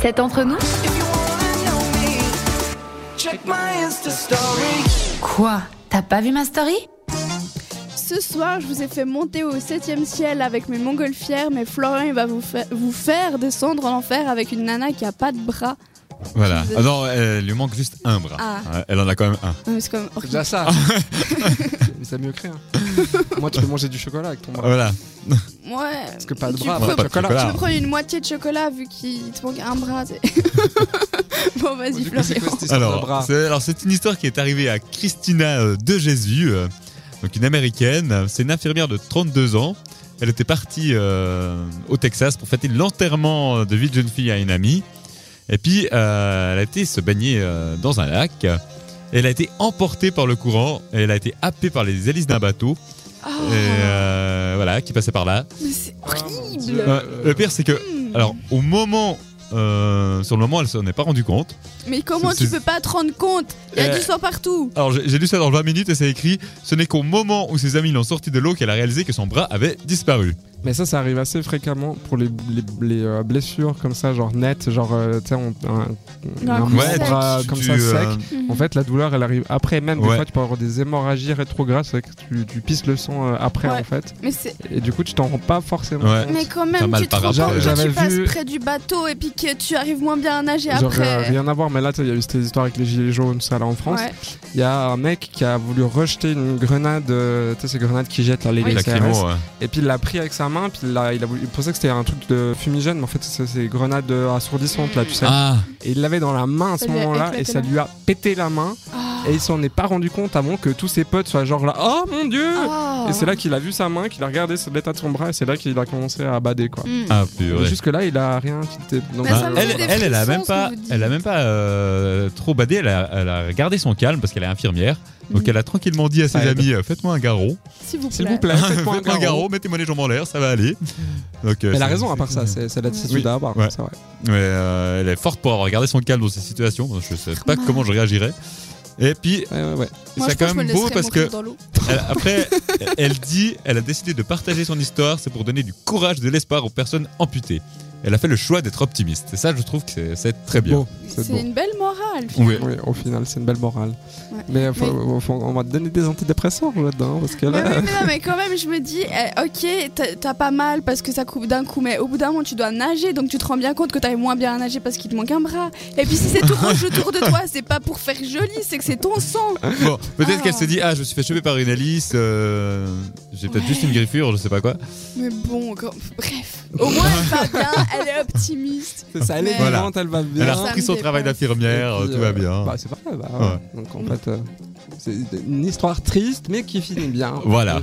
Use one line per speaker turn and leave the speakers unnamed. C'est entre nous Quoi T'as pas vu ma story
Ce soir, je vous ai fait monter au 7ème ciel avec mes montgolfières, mais Florian, il va vous, fa- vous faire descendre en enfer avec une nana qui a pas de bras.
Voilà.
Vous êtes-
Ah non, elle lui manque juste un bras.
Ah.
Ouais, Elle en a quand même un.
Non, mais c'est quand même
C'est
horrible.
déjà
Ah
ça. Mais ça mieux que rien. Moi, tu peux manger du chocolat avec ton bras.
Ah, Voilà.
Ouais.
Parce que pas de
Tu
bras,
peux-
pas de chocolat.
Tu peux prendre une moitié de chocolat vu qu'il te manque un bras. t'sais. bon, vas-y,
Du coup, c'est quoi
Florian.
cette histoire de
Alors,
bras
c'est, alors, c'est une histoire qui est arrivée à Christina euh, de Jésus, euh, donc une américaine. C'est une infirmière de 32 ans. Elle était partie euh, au Texas pour fêter l'enterrement de vie de jeune fille à une amie. Et puis, euh, elle a été se baigner euh, dans un lac. Elle a été emportée par le courant. Elle a été happée par les hélices d'un bateau.
Oh,
Et, euh, voilà, qui passait par là.
mais c'est horrible.
Euh, le pire, c'est que,
Hmm.
alors, au moment, euh, sur le moment, elle s'en est pas rendue compte.
Mais comment
c'est-
tu peux pas te rendre compte Il y a
Euh,
du sang partout.
Alors j'ai j'ai lu ça dans 20 minutes et c'est écrit Ce n'est qu'au moment où ses amis l'ont sortie de l'eau qu'elle a réalisé que son bras avait disparu.
Mais ça, ça arrive assez fréquemment pour les, les, les, euh, blessures comme ça, genre nettes, genre, euh, tu sais, on- un,
Un
un
coup
membre
sec.
euh,
tu-
comme
tu,
ça
euh,
sec. En fait, la douleur, elle arrive après. Même des
Ouais.
fois, tu peux avoir des hémorragies rétrogrades, c'est que tu, tu pisses le sang euh, après,
Ouais.
en fait.
Mais c'est.
Et du coup, tu t'en rends pas forcément
Ouais.
compte.
Mais quand
Pas
même,
mal
tu te
par
rends
rapport.
compte que tu
J'avais
passes
vu-
près du bateau et puis que tu arrives moins bien à nager
Genre, euh,
après.
rien à voir, mais là, tu sais, il y a eu cette histoire avec les gilets jaunes, ça, là, en France.
Ouais.
Il y a un mec qui a voulu rejeter une grenade, euh, tu sais, ces grenades qui jettent, là, les
oui, la
CRS.
crémo, ouais.
Et puis il l'a pris avec sa main, puis il, l'a- il, a voulu- il pensait que c'était un truc de fumigène, mais en fait c'est c'est des grenades euh, assourdissantes là, tu sais.
Ah,
Et il l'avait dans la main à ce
Ça lui a
moment-là,
éclaté
et ça
la
lui a pété la main,
Ah.
et il s'en est pas rendu compte avant que tous ses potes soient genre là, oh mon dieu
Ah.
Et c'est là qu'il a vu sa main, qu'il a regardé l'état de son bras, et c'est là qu'il a commencé à bader quoi.
Hmm.
ah
Mais
purée. Bah,
Jusque-là, il a rien quitté. Donc,
Mais ça
euh,
me
elle,
fait des
elle, elle a
frissons,
même
ce
pas,
que vous dites.
elle a même pas euh, trop badé. Elle a, elle a gardé son calme parce qu'elle est infirmière. Donc
Mhm.
elle a tranquillement dit à ses
Ça aide.
amis euh, Faites-moi un garrot.
S'il vous plaît.
S'il vous plaît, faites-moi
Faites-moi
un
un garrot.
garrot.
Mettez-moi les jambes en l'air, ça va aller. Donc, euh,
Elle a
c'est-
raison à
c'est-
part ça, c'est c'est l'attitude
Oui,
à avoir,
ouais.
c'est vrai.
Mais euh, elle est forte pour avoir gardé son calme dans ces situations. Je sais pas
Normal.
comment je réagirais. Et puis,
Ouais, ouais, ouais.
Moi, je
c'est
pense
quand
que je
même
me
beau
laisserais
parce que
mourir dans l'eau.
Elle- après, elle dit, elle a décidé de partager son histoire, c'est pour donner du courage, de l'espoir aux personnes amputées. Elle a fait le choix d'être optimiste. Et ça, je trouve que c'est- c'est très bien.
Bon, c'est
C'est
bon.
une belle morale.
Oui.
Oui, au final, c'est une belle morale.
Ouais.
Mais euh, faut- faut- on va te donner des antidépresseurs là-dedans, parce que
Mais,
là.
oui, mais non, mais quand même, je me dis, eh, ok, t'as- t'as pas mal parce que ça coupe d'un coup, mais au bout d'un moment, tu dois nager, donc tu te rends bien compte que t'arrives moins bien à nager parce qu'il te manque un bras. Et puis si c'est tout rouge autour de toi, c'est pas pour faire joli, c'est que c'est ton sang.
Bon, peut-être
Ah.
qu'elle s'est dit, ah, je me suis fait choper par une hélice, euh, j'ai peut-être
Ouais.
juste une griffure, je sais pas quoi.
Mais bon, quand- bref. Au moins, elle va bien, elle est optimiste.
Ça, elle est
Mais-
Voilà.
vivante, elle va bien.
Elle a
Ça
repris
me
son travail
dépasse.
d'infirmière,
Et
euh,
puis,
tout va
euh,
bien.
Bah, c'est pas grave.
Ouais.
Donc en fait, euh, c'est une histoire triste, mais qui finit bien.
Voilà.
Donc,